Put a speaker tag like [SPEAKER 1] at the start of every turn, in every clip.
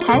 [SPEAKER 1] 台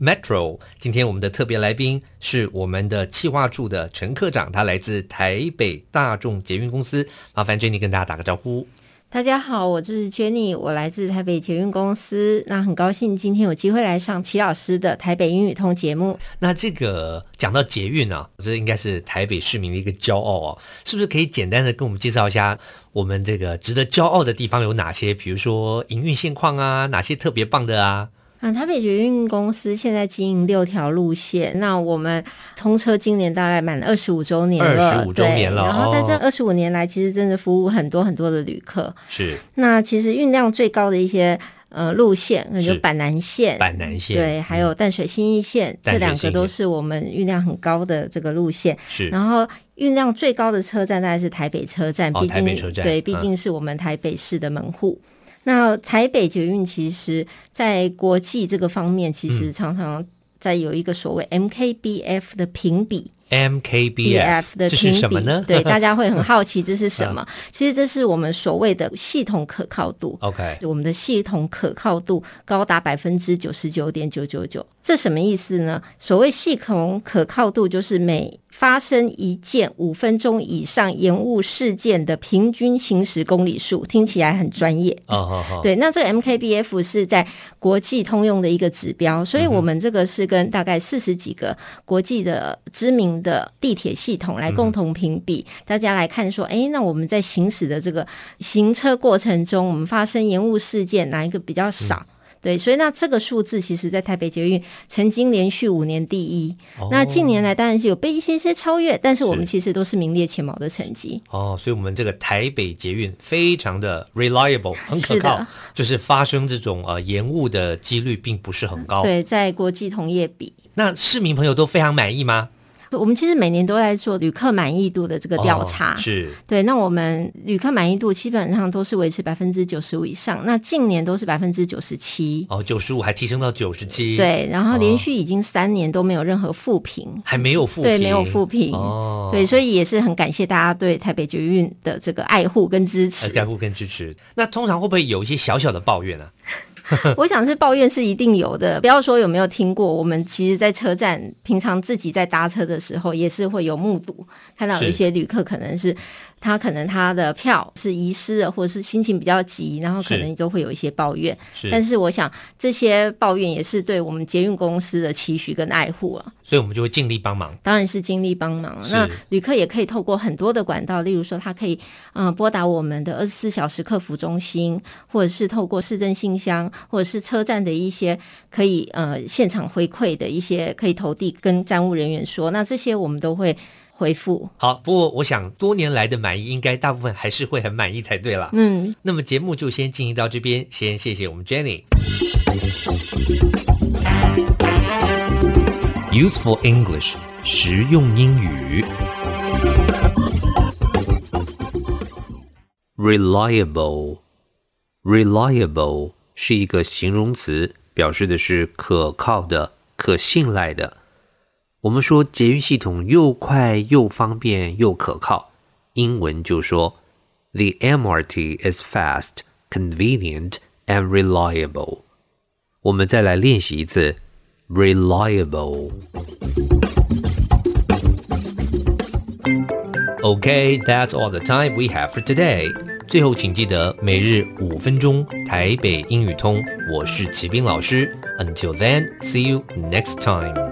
[SPEAKER 2] Metro. 今天我们的特别来宾是我们的企划处的陈科长，他来自台北大众捷运公司。麻烦 Jenny 跟大家打个招呼。
[SPEAKER 3] 大家好，我是 Jenny，我来自台北捷运公司。那很高兴今天有机会来上齐老师的台北英语通节目。
[SPEAKER 2] 那这个讲到捷运啊，这应该是台北市民的一个骄傲哦，是不是可以简单的跟我们介绍一下我们这个值得骄傲的地方有哪些？比如说营运现况啊，哪些特别棒的啊？
[SPEAKER 3] 啊，台北捷运公司现在经营六条路线，那我们通车今年大概满二十五周年了，
[SPEAKER 2] 25周年了
[SPEAKER 3] 对然后在这
[SPEAKER 2] 哦
[SPEAKER 3] 二十五年来，其实真的服务很多很多的旅客。
[SPEAKER 2] 是
[SPEAKER 3] 那其实运量最高的一些呃路线，可能就是板南线、
[SPEAKER 2] 板南线，嗯
[SPEAKER 3] 呃对，还有淡水新一线、
[SPEAKER 2] 淡水
[SPEAKER 3] 这两
[SPEAKER 2] 信
[SPEAKER 3] 个
[SPEAKER 2] 义
[SPEAKER 3] 都
[SPEAKER 2] 线
[SPEAKER 3] 是我们运量很高的这个路线。
[SPEAKER 2] 是
[SPEAKER 3] 然后运量最高的车站大概是台北车站，
[SPEAKER 2] 哦
[SPEAKER 3] 毕
[SPEAKER 2] 台
[SPEAKER 3] 竟
[SPEAKER 2] 北车站
[SPEAKER 3] 对，
[SPEAKER 2] 嗯
[SPEAKER 3] 毕竟是我们台北市的门户。那台北捷运其实在国际这个方面，其
[SPEAKER 2] 嗯
[SPEAKER 3] 实常常在有一个所谓 MKBF 的评比
[SPEAKER 2] MKBF，
[SPEAKER 3] 的
[SPEAKER 2] 这是
[SPEAKER 3] 评
[SPEAKER 2] 什么
[SPEAKER 3] 比
[SPEAKER 2] 呢？， 嗯
[SPEAKER 3] 对，大家会很好奇这是什么？其实这是我们所谓的系统可靠度。
[SPEAKER 2] OK，
[SPEAKER 3] 我们的系统可靠度高达百分之九十九点九九九，这什么意思呢？所谓系统可靠度，就是每发生一件五分钟以上延误事件的平均行驶公里数，听起来很专业。
[SPEAKER 2] 哦，好好，
[SPEAKER 3] 对，那这个 MKBF 是在国际通用的一个指标，所以
[SPEAKER 2] 嗯
[SPEAKER 3] 我们这个是跟大概四十几个国际的知名的地铁系统来
[SPEAKER 2] 嗯
[SPEAKER 3] 共同评比，大家来看说，哎，那我们在行驶的这个行车过程中，我们发生延误事件哪一个比较少？
[SPEAKER 2] 嗯
[SPEAKER 3] 对，所以那这个数字其实，在台北捷运曾经连续五年第一，
[SPEAKER 2] 哦
[SPEAKER 3] 那近年来当然是有被一些些超越，但是我们
[SPEAKER 2] 是
[SPEAKER 3] 其实都是名列前茅的成绩。
[SPEAKER 2] 哦，所以我们这个台北捷运非常的 reliable，很 可
[SPEAKER 3] 是的
[SPEAKER 2] 靠，就是发生这种呃延误的几率并不是很高。，
[SPEAKER 3] 对，在国际同业比，
[SPEAKER 2] 那市民朋友都非常满意吗？
[SPEAKER 3] 我们其实每年都在做旅客满意度的这个调查。
[SPEAKER 2] 哦是
[SPEAKER 3] 对，那我们旅客满意度基本上都是维持百分之九十五以上，那近年都是百分之九十七，
[SPEAKER 2] 哦，九十五还提升到九十七，，
[SPEAKER 3] 对，然后
[SPEAKER 2] 哦
[SPEAKER 3] 连续已经三年都没有任何负评，
[SPEAKER 2] 还没有负
[SPEAKER 3] 对，没有负评，
[SPEAKER 2] 哦，
[SPEAKER 3] 对，所以也是很感谢大家对台北捷运的这个爱护跟支持
[SPEAKER 2] 呃，。该护跟支持。那通常会不会有一些小小的抱怨啊？
[SPEAKER 3] 我想是抱怨是一定有的，不要说有没有听过，我们其实，在车站平常自己在搭车的时候，也是会有目睹看到有
[SPEAKER 2] 是
[SPEAKER 3] 一些旅客可能是。他可能他的票是遗失了，或者是心情比较急，然后可
[SPEAKER 2] 是
[SPEAKER 3] 能都会有一些抱怨。
[SPEAKER 2] 是，
[SPEAKER 3] 但是我想，这些抱怨也是对我们捷运公司的期许跟爱护啊，
[SPEAKER 2] 所以我们就会尽力帮忙。
[SPEAKER 3] 当然是尽力帮忙。啊
[SPEAKER 2] 是
[SPEAKER 3] 那旅客也可以透过很多的管道，例如说他可以嗯、呃拨打我们的二十四小时客服中心，或者是透过市政信箱，或者是车站的一些可以呃现场回馈的一些可以投递跟站务人员说，那这些我们都会回复。
[SPEAKER 2] 好，不过我想多年来的满意，应该大部分还是会很满意才对啦。
[SPEAKER 3] 嗯，
[SPEAKER 2] 那么节目就先进行到这边，先谢谢我们 Jenny。Useful English，实用英语。Reliable, reliable 是一个形容词，表示的是可靠的、可信赖的。我们说捷运系统又快又方便又可靠，英文就说 The MRT is fast, convenient, and reliable。我们再来练习一次 reliable。Okay, that's all the time we have for today. 最后，请记得每日五分钟台北英语通。我是齐斌老师。Until then, see you next time.